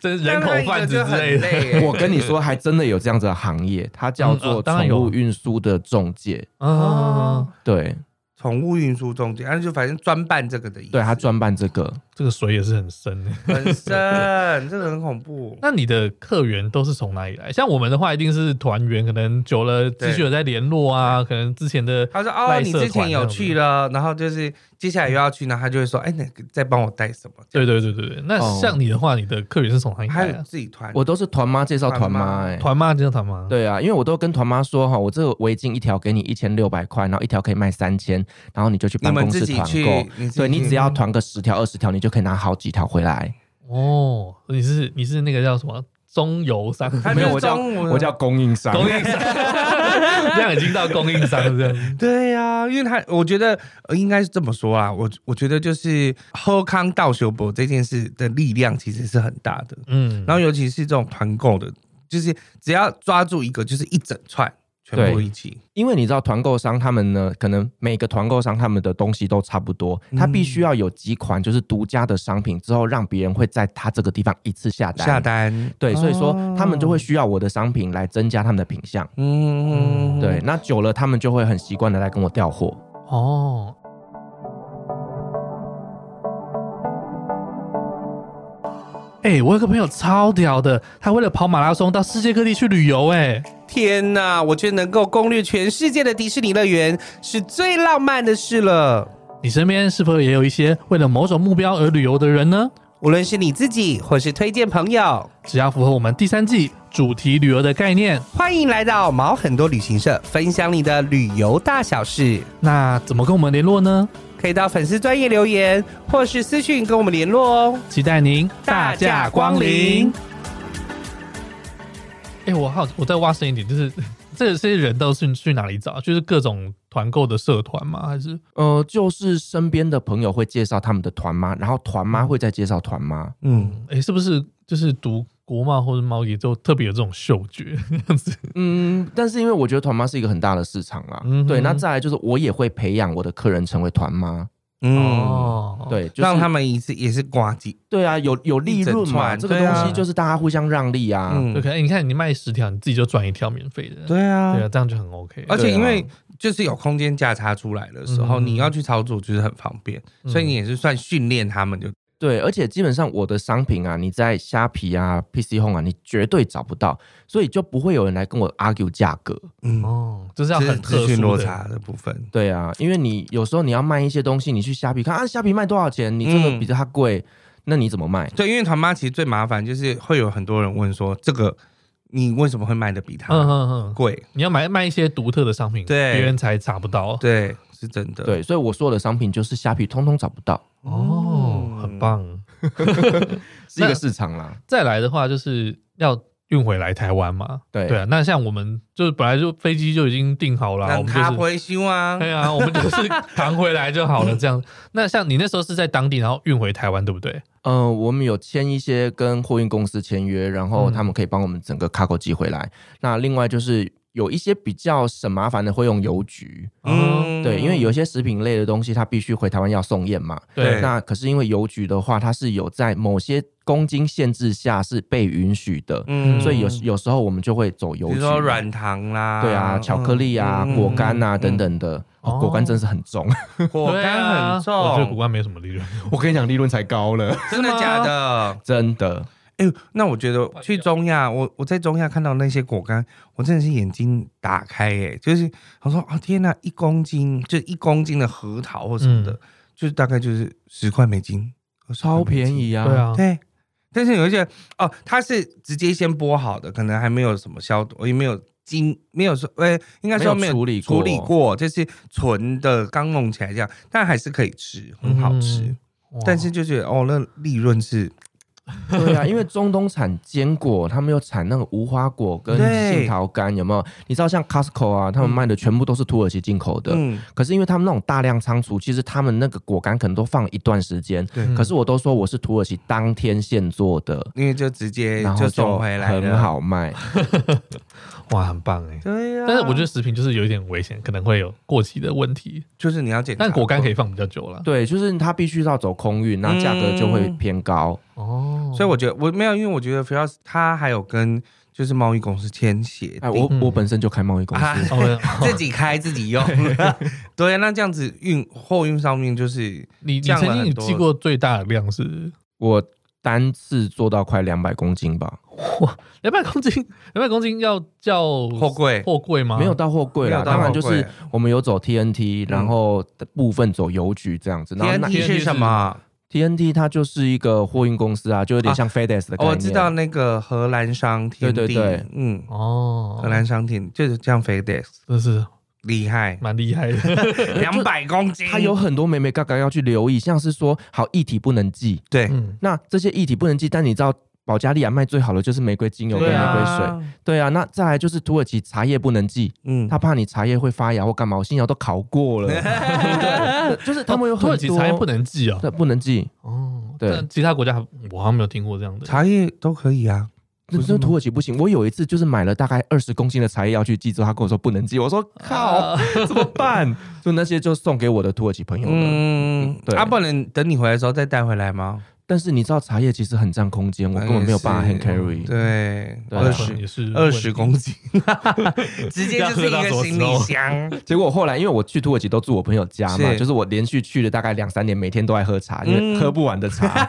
真是人口贩子之类的？ <laughs>
的
我跟你说，还真的有这样子的行业，它叫
嗯
做
呃当然
宠
有
物运输的中介。
啊，
对
啊宠物运输中介，然后就反正专办这个的意思。
对，它专办这个。
这个水也是很深的。
很深， <laughs> 这个很恐怖。
那你的客源都是从哪里来？像我们的话，一定是团员，可能久了
对
继续有在联络啊，可能之前的
他说：“哦，
赖
你
社
之前
团
有
那种
去了，然后就是接下来又要去，然后他就会说：‘哎，那个再帮我带什么
对对对对对，那
哦
像你的话，你的客源是从哪？’里
还
来
有
啊？
自己团，
哎我都是团妈介绍团
团
妈、
妈
哎，
团吗？就是团吗？，
对啊，因为我都跟团妈说哈，我这个围巾一条给你一千六百块，然后一条可以卖三千，然后你就去
你
办
们
公
自
室
己
团
去
购。，
自己
对你
去
只要团个十条二十条，你就可以拿好几条回来。
哦，你是你是那个叫什么中游商？
他
没有
就是
我叫
中午
我叫供应商，
供应商，这样已经到供应商这
<laughs>
样。
对呀、因为他我觉得呃应该是这么说啊，我我觉得就是喝康道修博这件事的力量其实是很大的，
嗯，
然后尤其是这种团购的，就是只要抓住一个，就是一整串全部
对
一起，
因为你知道团购商他们呢，可能每个团购商他们的东西都差不多，他必
嗯
须要有几款就是独家的商品，之后让别人会在他这个地方一次下单。
下单，
对，所以说
哦
他们就会需要我的商品来增加他们的品相。
嗯，
对，，那久了他们就会很习惯的来跟我调货。
哦，哎、我有个朋友超屌的，他为了跑马拉松到世界各地去旅游、哎，
天哪，我觉得能够攻略全世界的迪士尼乐园是最浪漫的事了。
你身边是否也有一些为了某种目标而旅游的人呢？
无论是你自己或是推荐朋友，
只要符合我们第三季主题旅游的概念，
欢迎来到毛很多旅行社，分享你的旅游大小事。
那怎么跟我们联络呢？
可以到粉丝专业留言，或是私讯跟我们联络哦。
期待您
大驾光临。
哎、我好，我再挖深一点，就是 <laughs> 这些人都是去哪里找？就是各种团购的社团吗？还是
呃，就是身边的朋友会介绍他们的团妈，然后团妈会再介绍团妈。
嗯，
哎、是不是就是读国贸或者猫也都特别有这种嗅觉这样子？
嗯，但是因为我觉得团妈是一个很大的市场啦，
嗯哼
对。那再来就是我也会培养我的客人成为团妈，
嗯，
哦，，
对，就是、
让他们一次也是呱唧。
对啊，有有利润
一整
嘛，
串
这个
对啊
东西就是大家互相让利啊。
嗯
就，可能欸你看你卖十条，你自己就赚一条免费的，
对
对啊，
啊，
这样就很 OK。
而且因为
对
就是有空间价差出来的时候，
嗯
你要去操作就是很方便，
嗯
所以你也是算训练他们就。
对，而且基本上我的商品啊，你在虾皮啊、PC Home 啊，你绝对找不到，所以就不会有人来跟我 argue 价格。
嗯，
哦，就是要
这是
很特
资讯
殊
落
的。
差的部分。
对啊，因为你有时候你要卖一些东西，你去虾皮看啊，虾皮卖多少钱，你这个
嗯
比它贵，那你怎么卖？
对，因为团妈其实最麻烦就是会有很多人问说，这个你为什么会卖的比
嗯
他
嗯嗯，
贵？
你要买卖一些独特的商品，
对
别人才查不到。
对，是真的。，
对，所以我所有的商品就是虾皮通通找不到，
哦
嗯，
很棒。
是一个市场啦。
再来的话，就是要运回来台湾嘛。
对
对啊，那像我们就是本来就飞机就已经订好了啊，
让
我们就
嗯他
是
回修啊。
对啊，我们就是扛回来就好了。这样，那像你那时候是在当地，然后运回台湾，对不对？
嗯、我们有签一些跟货运公司签约，然
嗯
后他们可以帮我们整个 cargo 寄回来。那另外就是有一些比较省麻烦的会用邮局，
嗯，
对，因为有些食品类的东西它必须回台湾要送验嘛。
对
对，
那可是因为邮局的话，它是有在某些公斤限制下是被允许的，
嗯
所以有有时候我们就会走邮
比
局。
如说软糖啦，
对啊，巧克力啊、
嗯
果干啊、
嗯
等等的，
哦
哦果干真是很
<laughs>
重。
嗯果
对啊
干很
我觉得
重
果，干没什么利润。
我跟你讲，利润才高了，
真的假的？
真的。
哎呦，那我觉得去中亚，我我在中亚看到那些果干，我真的是眼睛打开耶、就是我说啊天哪，一公斤就一公斤的核桃或什么的，
嗯
就是大概就是十块美金，20块美
超
金
便、宜啊！
对，啊，
对。但是有一些哦，它是直接先剥好的，可能还没有什么消毒，也没有精，没有说，呃、应该说
没
没
有
有
处理过
处理过，就是纯的刚弄起来这样，但还是可以吃，很好吃。
嗯哇
但是就觉得哦，那利润是
对啊，因为中东产坚果，他们有产那个无花果跟
对
杏桃干，有没有？你知道像 Costco 啊，他们卖的全部都是土耳其进口的。
嗯，
可是因为他们那种大量仓储，其实他们那个果干可能都放一段时间。
对
可是我都说我是土耳其当天现做的，
因为就直接
然后
送回来
很
了，
好卖。
哇，很棒哎。
对啊呀、
但是我觉得食品就是有一点危险，可能会有过期的问题。
就是你要检查，
但果干可以。放比较久了。
对，就是它必须要走空运，那价格就会偏高。
嗯
哦，
所以我觉得我没有，因为我觉得 f i r 他还有跟就是贸易公司签协
哎，
定
我
嗯
我本身就开贸易公司，
啊，自己开自己
<laughs>
用。对，啊那这样子运货运上面就是
你你
降了
曾经你
很多
寄过最大的量是
我单次做到快两百公斤吧，
两百公斤， <laughs> 两百公斤要叫
货柜
货柜吗？
没有到货柜
没
啦。
有到
当然
货
就
柜
是我们有走 TNT，然后部分走邮局这样子。然后那
TNT 是什么？
TNT 它就是一个货运公司啊，就有点像 FedEx 的概
哦
念。
我知道那个荷兰商天地，
对对对
嗯，
哦
荷，兰商天地就是这样 FedEx
真是
厉害，
<laughs>
蛮厉害的。
两百公斤，
它有很多美美嘎嘎要去留意，像是说好议题不能寄，
对
嗯，
那这些议题不能寄，但你知道保加利亚卖最好的就是玫瑰精油跟
对
玫
啊
瑰水，，对啊，那再来就是土耳其茶叶不能寄，
嗯，
他怕你茶叶会发芽或干嘛，我幸好都考过了，对就是他们有很
土耳其
多
茶叶不能寄哦。
对不能寄，
哦，
对
但其他国家还我好像没有听过这样的。
茶叶都可以啊，
那那土耳其不行。我有一次就是买了大概二十公斤的茶叶要去寄，之后他跟我说不能寄，
<laughs>
我说靠， <laughs>
啊
怎么办？就那些就送给我的土耳其朋友了。
嗯，
对
啊，不能等你回来的时候再带回来吗？
但是你知道茶叶其实很占空间，我根本没有办法
也
hand
哎是
carry。
对，
对
二
啊
可能
十
也是
二十公
斤，
斤，直接就是一个行李箱，
结果后来，因为我去土耳其都住我朋友家嘛，
是
就是我连续去了大概两三年，每天都在喝茶，因
嗯
为喝不完的
<laughs>
茶，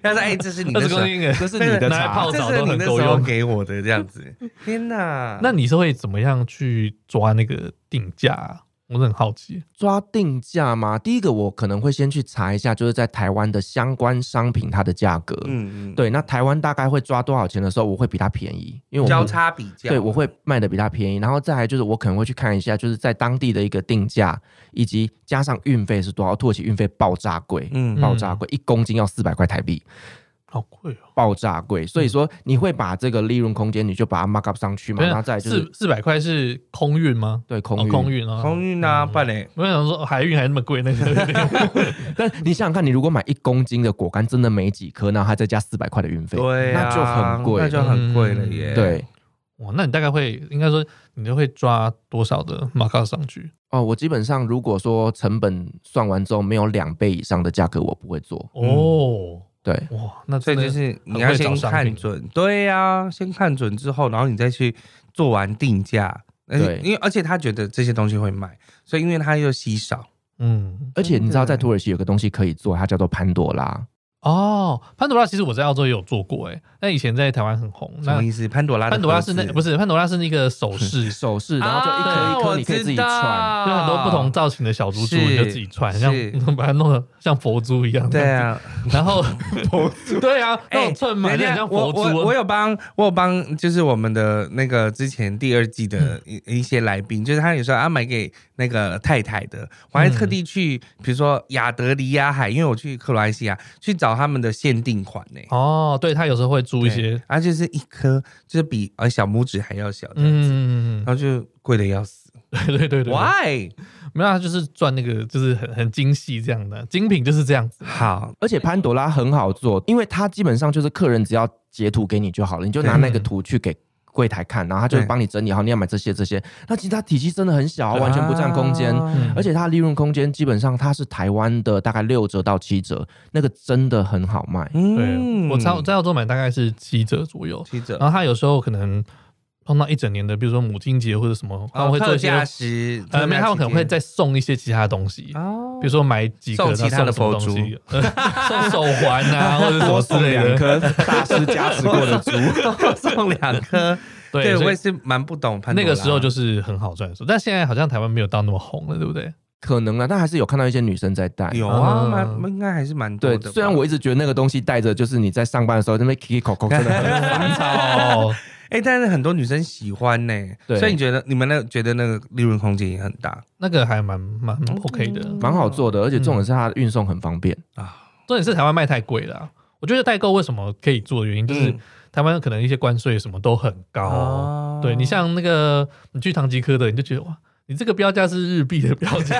但是哎，这是你
<laughs> 二
的
十
手
公斤耶，
这是你的
拿来
茶
泡。
这
澡
是
都
你
很
那时
够
候
用。
给我的这样子，天哪！
那你是会怎么样去抓那个定价啊？我是很好奇。
抓定价吗？第一个我可能会先去查一下，就是在台湾的相关商品它的价格。
嗯嗯，
对，那台湾大概会抓多少钱的时候，我会比它便宜，因为我
交
会
叉比较，
对我会卖的比它便宜。然后再来就是我可能会去看一下，就是在当地的一个定价，以及加上运费是多少。土耳其运费爆炸贵，
嗯
爆炸贵，一公斤要四百块台币。
好贵哦，
爆炸贵，所以
嗯
说你会把这个利润空间，你就把它 mark up 上去嘛，
等一下
然后再来就是
四四百块是空运吗？
对
哦
空运。
空运啊，
啊空运啊，
嗯
不然嘞，
我想说海运还那么贵，那个
但你想想看，你如果买一公斤的果干，真的没几颗，然后还再加四百块的运费，
对啊，
那就很贵
那就很贵了耶。
嗯
对。
哇，那你大概会应该说你就会抓多少的马卡上去？
哦，我基本上如果说成本算完之后没有两倍以上的价格，我不会做。
哦，
对，
哇，那
所
真
以
的
就是你要先看准，对呀、先看准之后，然后你再去做完定价。而且
对
因为而且他觉得这些东西会卖，所以因为他又稀少，
嗯
而且你知道在土耳其有个东西可以做，它叫做潘朵拉。
哦，潘多拉其实我在澳洲也有做过哎，那以前在台湾很红。
什
那
么意思？潘朵拉的
潘多拉
盒子
是那不是潘多拉是那个首
<laughs>
饰，就
首饰，然后就一颗一颗，你可以自己串。
啊
很多不同造型的小珠
是
珠，你就自己串，像
是
把它弄得像佛珠一样。
对，啊，<laughs>
然后佛珠 <laughs> 对啊，那种串嘛，
等
有
一
点
下
像
我
佛
哎我我
珠。啊
有帮我有帮，就是我们的那个之前第二季
<laughs>
的一一些来宾，就是他有时候啊买给那个太太的，我还特地去，比如说亚得里亚海，因为我去克罗埃西亚去找他们的限定款呢、
哦，对，他有时候会租一些，
而且、就是一颗就是比呃小拇指还要小这样子，
嗯，嗯嗯
然 <laughs> 后就贵的要死。
嗯对对对对。
Why？
没有，他就是赚那个，就是很很精细这样的精品，就是这样子。
好，
而且潘朵拉很好做，因为它基本上就是客人只要截图给你就好了，你就拿
对
那个图去给柜台看，然后他就
对
帮你整理好你要买这些这些。那其实它体积真的很小，完全不占空间。
啊
嗯
而且它利润空间基本上它是台湾的大概六折到七折，那个真的很好卖。
嗯
对，我在
嗯
在澳洲买大概是七折左右，
七折
然，后他有时候可能碰到一整年的，比如说母亲节或者什么，他们会做
特
一些，
哦价时，
呃，没有，他们可能会
在
再送一些其他的东西，
哦
比如说买几个
送其他的
然后送什么东西，呃 <laughs> 送手环
<laughs>
啊或者
<laughs>
什么之类的。
颗大师加持过的
送两颗。
对，
我
所
也
以
是蛮不懂潘多
那
拉
个时候就是很好赚的时候，但现在好像台湾没有到那么红了，对
<laughs>
不对？
可能啊，但还是有看到一些女生在戴。
有啊，
嗯
蛮、应该还是蛮多
哦对
的吧。，
虽然我一直觉得那个东西戴着，就是你在上班的时候在那边 k i 口口真的
<laughs>
很烦
哦，
哎、但是很多女生喜欢呢、
对
所以你觉得你们那觉得那个利润空间也很大
那个还蛮蛮
嗯
OK 的。
蛮好做的，而且重点是它的运送很方便。
啊？
重点是台湾卖太贵了啊、我觉得代购为什么可以做的原因，就是
嗯
台湾可能一些关税什么都很高。
哦
嗯对你像那个你去唐吉诃德，你就觉得哇，你这个标价是日币的标价，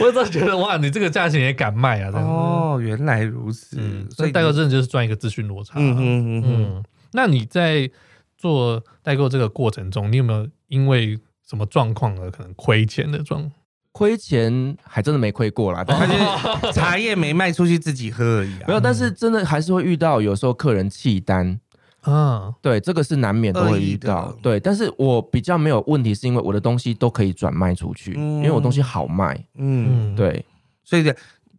我总觉得哇，你这个价钱也敢卖啊？这样子
哦，原来如此，
嗯，所
所
以
以
代购
你
嗯
真的就是赚一个资讯落差。
嗯
嗯
嗯嗯嗯，
啊那你在做代购这个过程中，你有没有因为什么状况而可能亏钱的状况？
亏钱还真的没亏过啦，但
他
是
就是嗯茶叶没卖出去自己喝而已
<laughs> 没
啊。
有，但是真的还是会遇到有时候客人弃单，
啊，
对，这个是难免都会遇
恶意
到
的。
对，但是我比较没有问题，是因为我的东西都可以转卖出去，
嗯
因为我东西好卖。
嗯，，
对，
所以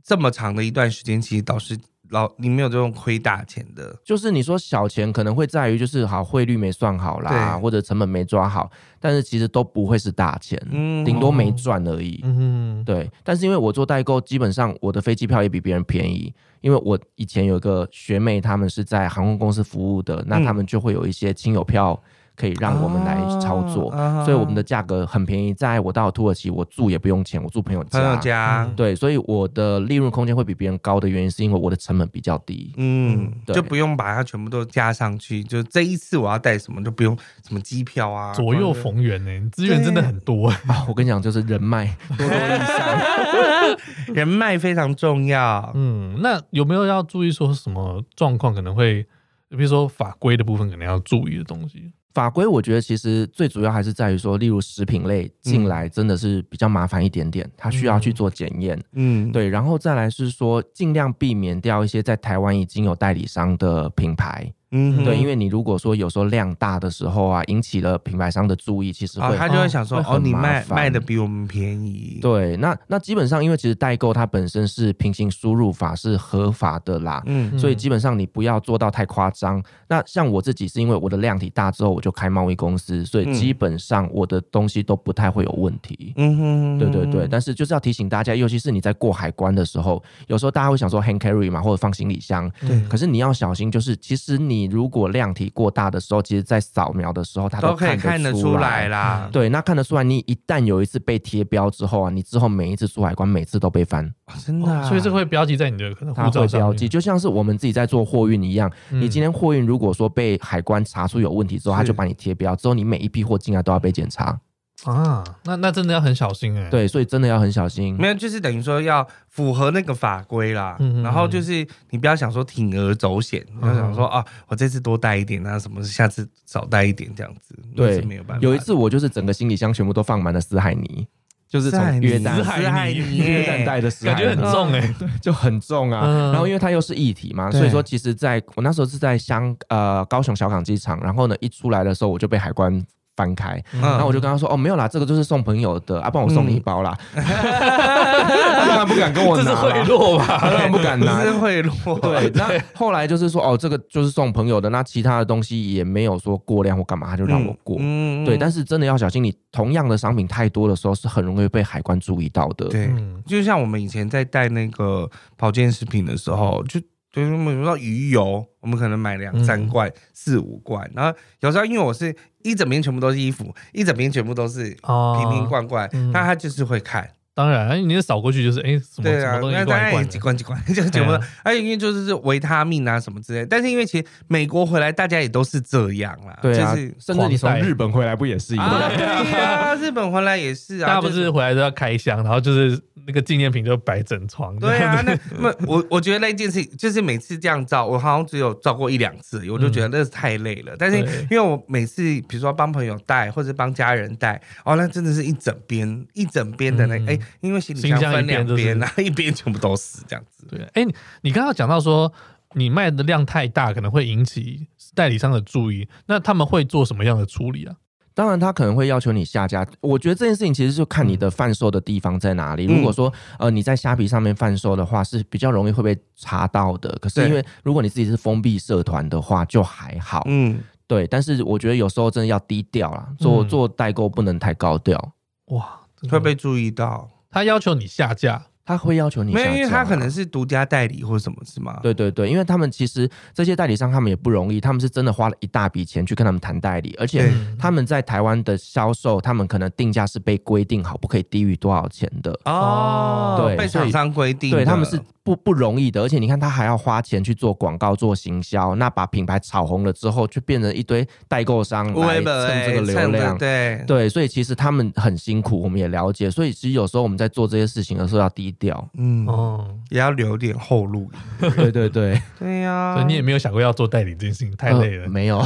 这么长的一段时间，其实老师老你没有这种亏大钱的，
就是你说小钱可能会在于就是好汇率没算好啦，
对
或者成本没抓好，但是其实都不会是大钱，
嗯
顶多没赚而已。
嗯，
对，但是因为我做代购，基本上我的飞机票也比别人便宜，因为我以前有一个学妹，她们是在航空公司服务的，那
嗯
他们就会有一些亲友票可以让我们来操作，
啊啊
所以我们的价格很便宜。在我到土耳其，我住也不用钱，我住朋友家。
朋友家，
嗯
对，所以我的利润空间会比别人高的原因，是因为我的成本比较低。
嗯，
对
就不用把它全部都加上去，就这一次我要带什么就不用什么机票啊，
左右逢源呢、你资源真的很多、欸
嗯
啊，我跟你讲，就是人脉多多益善。 <laughs>
人脉非常重要。
嗯，那有没有要注意说什么状况可能会，比如说法规的部分可能要注意的东西？
法规我觉得其实最主要还是在于说，例如食品类进来真的是比较麻烦一点点，它需要去做检验。
嗯，，
对，然后再来是说，尽量避免掉一些在台湾已经有代理商的品牌。
嗯哼
对，因为你如果说有时候量大的时候啊，引起了品牌商的注意，其实
哦，
会。
他就会想说，
会
哦，
很
你
麻
卖
烦
卖的比我们便宜，
对，那那基本上，因为其实代购它本身是平行输入法是合法的啦，
嗯，
所以基本上你不要做到太夸张。那像我自己是因为我的量体大之后，我就开贸易公司，所
嗯
以基本上我的东西都不太会有问题。
嗯哼，
对对对，但是就是要提醒大家，尤其是你在过海关的时候，有时候大家会想说 hand carry 嘛，或者放行李箱，
对
可是你要小心，就是其实你如果量体过大的时候，其实在扫描的时候，它
都可以
看
看得
出
出来。啦。
对，那看得出来，你一旦有一次被贴标之后啊，你之后每一次出海关，每次都被翻，
哦真的
哦
啊，
所以这会标记在你的可能护
它
照
会
上嗯
标记，就像是我们自己在做货运一样。
面。
你今
天
天货运如果说被海关查出有问题之
嗯
后，
是
他就把你贴标，之后你每一批货进来都要被检查。
啊，那那真的要很小心
<laughs>
哎、，
对，所以真的要很小心。
没有，就是等于说要符合那个法规啦。
嗯嗯
然后就是你不要想说铤而走险，
嗯
你要想说啊，我这次多带一点啊，什么下次少带一点这样子，那
对
是没有办法。
有一次我就是整个行李箱全部都放满了死海泥，就是
斯海
从
尼
约旦
死海尼
尼
约
<laughs>
旦带的死海
感
泥，
觉很重
欸
哎、
就很重啊。
嗯
然后因为它又是液体嘛，
对
所以说其实在我那时候是在香呃高雄小港机场，然后呢一出来的时候我就被海关。翻开，
嗯
然后我就跟他说：“哦，没有啦，这个就是送朋友的，啊，不然我送你一包啦。 <laughs> 他嗯当然不敢跟我
这
拿啊
是贿
啦，
赂吧？
他当然不敢拿
这。是贿赂，<laughs>
<laughs> 对，那后来就是说，哦，这个就是送朋友的，那其他的东西也没有说过量或干嘛，他就
嗯，
让我过。
嗯
对，但
是
是真的要小心，你同样的商品太多的时候，是很容易被海关注意到的。
对，啊
嗯，
就像我们以前在带那个保健食品的时候，就就是我们说鱼油，我们可能买两
嗯
三罐、四五罐，然后有时候因为我是一整边全部都是衣服，一整边全部都是
哦，
瓶瓶罐罐，
嗯
那他就是会看。
当然，你扫过去就是哎、什么
对
什
啊
么，东西
那
一罐
当
一
然也
罐
几
的，
罐几罐，就全部都
哎呀，
而且因为就是是维他命啊什么之类的，但是因为其实美国回来大家也都是这样啦，
对啊，
<laughs>
就是
甚至你从
狂带
日本回来不也是一样？
啊，对啊，日本回来也是
大
啊，
家不
就是
回来都要开箱，然后就是那个纪念品就摆整床。
对
这样
啊，
子
那那我我觉得那件事情就是每次这样照，我好像只有照过一两次而已，我就觉得那是太累了。但是
嗯对
因为我每次比如说帮朋友带或者帮家人带，哦，那真的是一整边一整边的那
嗯
哎，因为行李
行
箱
李箱一
分
边
两
就是
边，然后一边全部都是这样子。
对，哎、你你刚刚讲到说你卖的量太大，可能会引起代理商的注意，那他们会做什么样的处理啊？
当然，他可能会要求你下架。我觉得这件事情其实就看你的贩售的地方在哪里。
嗯
如果说呃你在虾皮上面贩售的话，是比较容易会被查到的。可是因为如果你自己是封闭社团的话，就还好。
嗯，
对，但是我觉得有时候真的要低调啦，做
嗯
做代购不能太高调。
哇，真的
会被注意到。
他要求你下架，
他会要求你下
没
架
有，
啊，
因为他可能是独家代理或什么，是吗？，
对对对，因为他们其实这些代理商他们也不容易，他们是真的花了一大笔钱去跟他们谈代理，而且
对
嗯
他们在台湾的销售，他们可能定价是被规定好，不可以低于多少钱的。
哦，
对
被
所以
厂商规定的，
对，他们是不不容易的，而且你看他还要花钱去做广告、做行销，那把品牌炒红了之后，就变成一堆代购商来蹭这个流
哎蹭
量
的。对，。
对，所以其实他们很辛苦，我们也了解。所以其实有时候我们在做这些事情的时候要低掉
<laughs> 嗯，
哦，
也要留点后路。
对对对，
对呀、
所 <laughs> 以你也没有想过要做代理这件事情，太累了
呃。没有，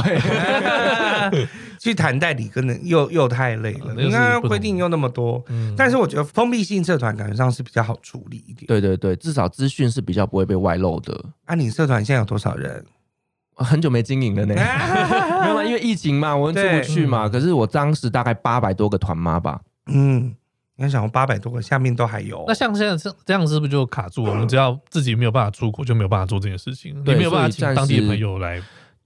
去谈代理，可能又又太累
啊
了。
那就是
你看
不同
规定又那么多，
嗯，
但是我觉得封闭性社团感觉上是比较好处理一点。
对对对，至少资讯是比较不会被外露的。
啊，你社团现在有多少人？
啊很久没经营了 <laughs> 呢，没有啦，因为疫情嘛，我们出不去嘛。可是我当时大概八百多个团妈吧，
<laughs> 嗯，你要想八百多个，下面都还有
那。像现在这这样是不是就卡住了？我们只要自己没有办法出国，就没有办法做这件事情，你
对
没有办法
所以
请
暂时
当地的朋友来。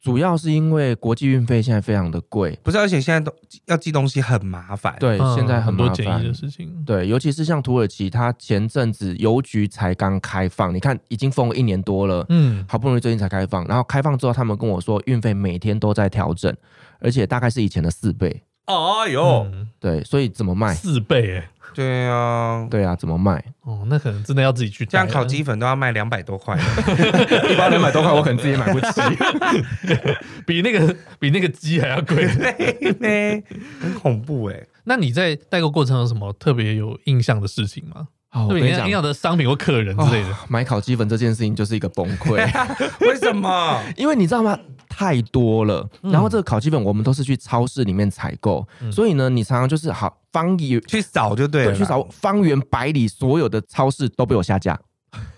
主要是因为国际运费现在非常的贵，
不是，而且现在都要寄东西很麻烦。，
对，
嗯
现在
很
麻
多简易
烦
的。事情，
对，尤其是像土耳其，它前阵子邮局才刚开放，你看已经封了一年多了，
嗯，
好不容易最近才开放。然后开放之后，他们跟我说运费每天都在调整，而且大概是以前的四倍。
哦哟，
嗯
对，所以怎么 <laughs> 卖？
四倍哎，
对啊，
对啊，怎么卖？
哦，那可能真的要自己去
这样
带了
烤鸡粉都要卖两百多块。
<laughs> 一包两百多块， <laughs> 我可能自己也买不 <laughs> 起。
<laughs> 比那个比那个鸡还要贵。
对，很恐怖哎、
那你在代购过程有什么特别有印象的事情吗？
啊
哦
好，我
对
跟
你
你
印
讲，
象的商品或客人之类的
哦，买烤鸡粉这件事情就是一个崩溃。
<laughs> 为什么？
因为你知道吗？太多了，
嗯
然后这个烤鸡粉我们都是去超市里面采购，所以呢，你常常就是好方圆
去扫就对了啦，
去找方圆百里所有的超市都被我
<laughs>
下架。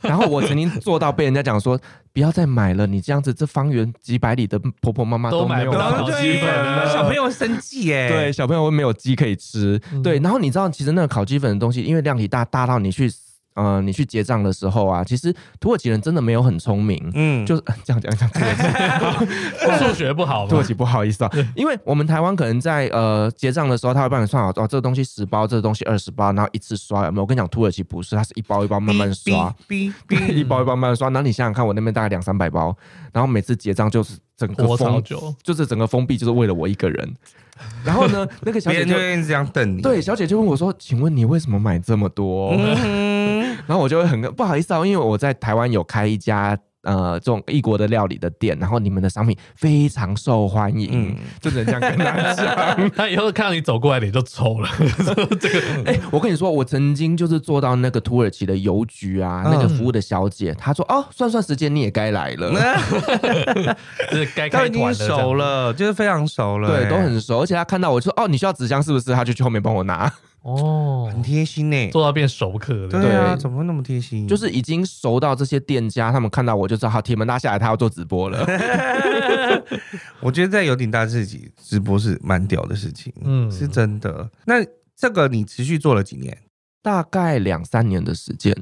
然后我曾经做到被人家讲说，不要再买了，你这样子，这方圆几百里的婆婆妈妈
都买
没有
不到
买
烤鸡
哦对
粉
呀
了
小朋友生气哎、
啊对，，小朋友会没有鸡可以吃。
嗯
对，然后你知道，其实那个烤鸡粉的东西，因为量体大，大到你去呃你去结账的时候啊，其实土耳其人真的没有很聪明，
嗯，
就是 <laughs> 这样讲这样土耳其
哦
数学不好
对
吗
不？起，不好意思啊，因为我们台湾可能在呃结账的时候，他会帮你算好，哦，这个东西十包，这个东西二十包，然后一次刷有没有？我跟你讲，土耳其不是，它是一包一包慢慢刷，
哔，哔哔
<laughs> 一包一包慢慢刷。然后你想想看，我那边大概两三百包，然后每次结账就是整个
活超
封，
久，
就是整个封闭，就是为了我一个人。然后
<laughs>
呢，那个小
别
姐
人就
就
会一直这样瞪你。
对小姐就问我说：“请问你为什么买这么多？”
嗯，
然后我就会很不好意思啊，因为我在台湾有开一家呃这种异国的料理的店，然后你们的商品非常受欢迎，
嗯
就只能这样跟大
<laughs>
家讲。
他以后看到你走过来，脸就抽了。这个
哎、我跟你说，我曾经就是做到那个土耳其的邮局啊，那个
嗯
服务的小姐，她说哦，算算时间你也该来
<laughs>
了。
就是该
都
开
已
团
经
了这样
熟，了，就是非常熟了、
对，
哎
都很熟，而且她看到我就说：“哦，你需要纸箱是不是？”她就去后面帮我
<laughs>
拿，
哦，
很贴心呢、
做到变熟客了。
对啊，
对
怎么会那么贴心？
就是已经熟到这些店家，他们看到我就知道，好，铁门拉下来，她要做直播
<laughs>
了。
我觉得在有顶大自己直播是蛮屌的事情，
嗯
嗯，是真的。那这个你持续做了几年？
大概两三年的时间，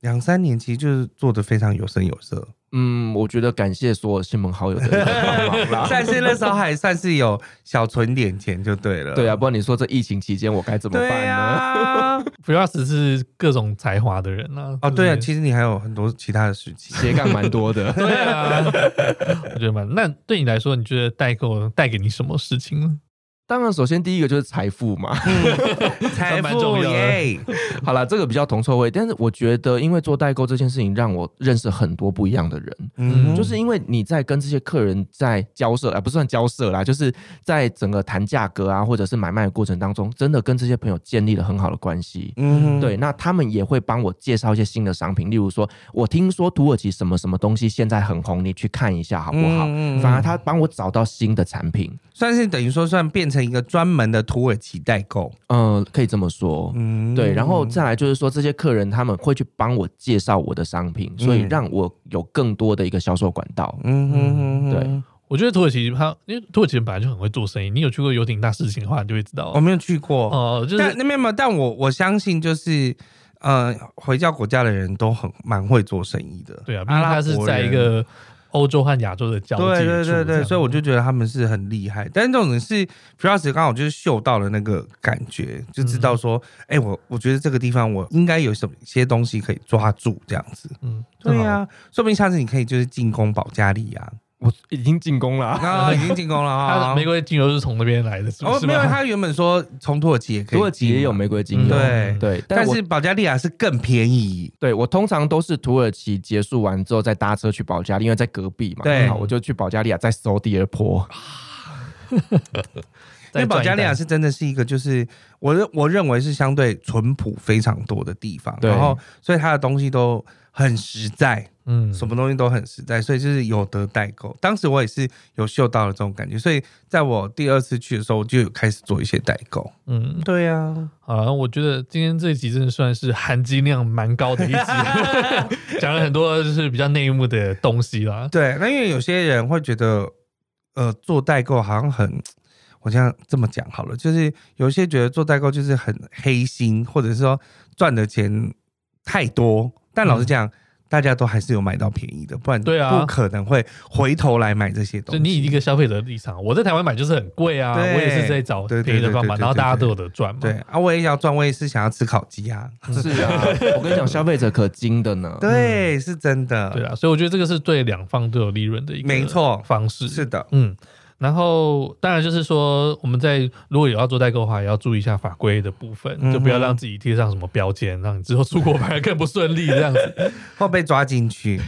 两三年，其实就是做的非常有声有色，
嗯，我觉得感谢所有亲朋好友的帮
<laughs>
忙啦。
算是那时候还算是有小存点钱就对了。
<laughs> 对啊，不然你说这疫情期间我该怎么
对啊
办呢？
呀、
f r e s 是各种才华的人啊。
哦，
就是
对啊，其实你还有很多其他的事
<laughs>
情。
斜杠蛮
<laughs>
多的。
对啊，我觉得蛮。那对你来说，你觉得代购带给你什么事情呢？
当然，首先第一个就是财富嘛。
财
蛮重
富
要的
耶！
好啦，这个比较同臭味，但是我觉得，因为做代购这件事情，让我认识很多不一样的人。
嗯
就是因为你在跟这些客人在交涉，啊、不算交涉啦，就是在整个谈价格啊，或者是买卖的过程当中，真的跟这些朋友建立了很好的关系。
嗯
对，，那他们也会帮我介绍一些新的商品，例如说，我听说土耳其什么什么东西现在很红，你去看一下好不好？
嗯嗯嗯
反而他帮我找到新的产品，
算是等于说算变成一个专门的土耳其代购。
嗯、可以这么说。
嗯
对，然后再来就是说，这些客人他们会去帮我介绍我的商品，所以
嗯
让我有更多的一个销售管道。
嗯哼哼
对
哼，
我觉得土耳其它，因为土耳其人本来就很会做生意。你有去过游艇大事情的话，你就会知道
我。没有去过，
哦，就
但
是
那边没有，但我我相信就是。呃，回教国家的人都很蛮会做生意的，
对啊，毕
阿
竟
拉
它是
伯
在一
人
个欧洲和亚洲的交界
对对
处
对
这样
对，所以我就觉得他们是很厉害。但是这种是 f r o s 刚好就是嗅到了那个感觉，就知
嗯
道说，哎、我我觉得这个地方我应该有什么些东西可以抓住这样子。
嗯，
对啊呀、说不定下次你可以就是进攻保加利
<laughs>
亚，
我已经进攻了啊、
啊、已经进攻了
它
啊、
的玫瑰精油是从那边来的，是不
哦，
是
没有，
吗？
他原本说从土耳其也可以进嘛，
<laughs> 土耳其也有玫瑰精油，
对
嗯
对，但
但
我
是保加利亚是更便宜。
对我通常都是土耳其结束完之后再搭车去保加利亚，因为在隔壁嘛，
对
刚好我就去保加利亚再搜第二波。
因为保加利亚是真的是一个，就是我认我认为是相对淳朴非常多的地方，
对
然后所以它的东西都很实在，
嗯
什么东西都很实在，所以就是有得代购。当时我也是有嗅到了这种感觉，所以在我第二次去的时候，我就有开始做一些代购。
嗯，
对啊，
好了，我觉得今天这一集真的算是含金量蛮高的一集，
<laughs>
<laughs> 讲了很多就是比较内幕的东西啦。
对，那因为有些人会觉得，呃，做代购好像很，我这样这么讲好了，就是有些觉得做代购就是很黑心，或者是说赚的钱太多。但老实讲，大家都还是有买到便宜的，不然
嗯对啊
不可能会回头来买这些东
就
西。
你以一个消费者的立场，我在台湾买就是很贵啊，
对
我也是在找
对对
便宜的
对
方法，
对对
然后大家
对
都有的赚嘛。
对啊，我也要赚，我也是想要吃烤鸡啊。
嗯
是啊， <laughs> 我跟你讲，消费者可精的呢。
<laughs> 对，是真的。
嗯对啊，所以我觉得这个是对两方都有利润的一个
没错
方式。
是的，
嗯，然后当然就是说，我们在如果有要做代购的话，也要注意一下法规的部分，
嗯
就不要让自己贴上什么标签，让你之后出国反而更不顺利这样
<laughs>
子。
会被抓进
<laughs>
去，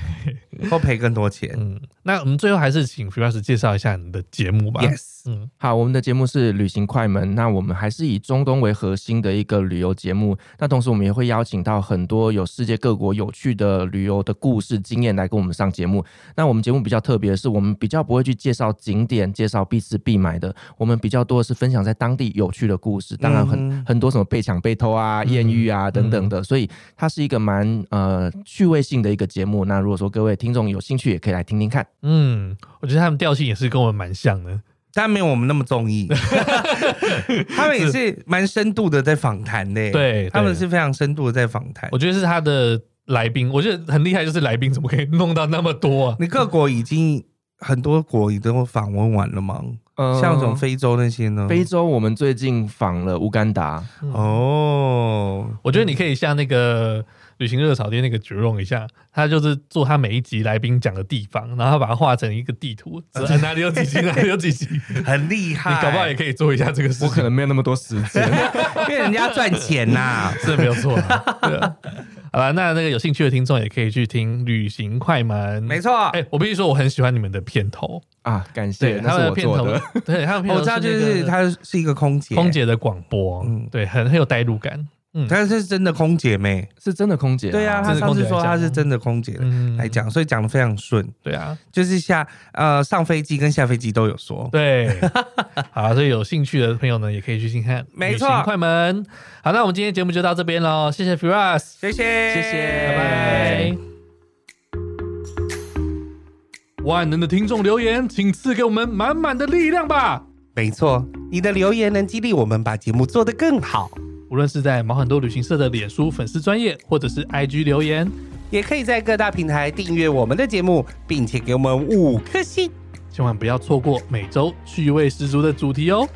会赔更多钱。
嗯，那我们最后还是请 Firas 介绍一下你的节目吧。
Yes，
嗯
好，我们的节目是旅行快门，那我们还是以中东为核心的一个旅游节目。那同时，我们也会邀请到很多有世界各国有趣的旅游的故事经验来跟我们上节目。那我们节目比较特别的是，我们比较不会去介绍景点，介绍必吃必买的，我们比较多的是分享在当地有趣的故事。当然很，
嗯哼嗯
很多什么被抢、被偷啊、艳遇啊等等的，所以它是一个蛮呃趣味性的一个节目。那如果说各位听众有兴趣，也可以来听听看。
嗯，我觉得他们调性也是跟我们蛮像的。
但没有我们那么综
<laughs>
艺，他们也是蛮深度的在访谈的。
对
他们
对
是非常深度的在访谈
我。觉得是他的来宾，我觉得很厉害，就是来宾怎么可以弄到那么多啊？
你各国已经很多国已经访问完了吗？
呃
像什么非洲那些呢？
非洲，我们最近访了乌干达，
哦，
我觉得你可以像那个旅行热炒店那个 j e r o 一下，他就是做他每一集来宾讲的地方，然后他把它画成一个地图，只是哪里有几集，哪里有几集，你
很厉害，
搞不好也可以做一下这个事
我可
情，
能没有那么多时间。
因为人家赚钱
<laughs>
呐。
是没有错啊。对啊好了，那那个有兴趣的听众也可以去听《旅行快门》，
没。错
哎、，我必须说，我很喜欢你们的片头，
<laughs> 啊，感谢，
对
那
他们
是
的
我
片
做
头
的。，
<laughs> 对他们的片头
哦我知道，就
那个
是她是一个空姐，
空，姐的广播，嗯
嗯，
对，很很有代入感，嗯
她是真的空姐妹。
是真的空姐、
对啊，
真
她
的
上
空姐
次
来
说
讲
她是真的空姐
嗯
来，讲，所以讲的非常顺。
对啊，
就是下呃上飞机跟下飞机都有说。
<laughs> 对，好，所以有兴趣的朋友呢，也可以去听看，
没错
旅行快门。好，那我们今天节目就到这边喽，谢谢 Firas，
谢谢，
谢谢
拜拜。万能的听众留言，请赐给我们满满的力量吧！
没错，你的留言能激励我们把节目做得更好，
无论是在毛很多旅行社的脸书粉丝专业，或者是 IG 留言，
也可以在各大平台订阅我们的节目，并且给我们五颗星。
千万不要错过每周趣味十足的主题哦。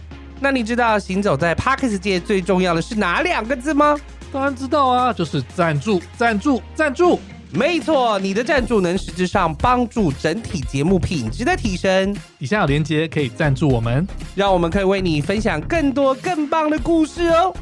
那你知道行走在 Parkes 界最重要的是哪两个字吗？
当然知道啊，就是赞助，赞助，赞助。
没错，你的赞助能实质上帮助整体节目品质的提升，
底下有链接可以赞助我们。
让我们可以为你分享更多更棒的故事哦。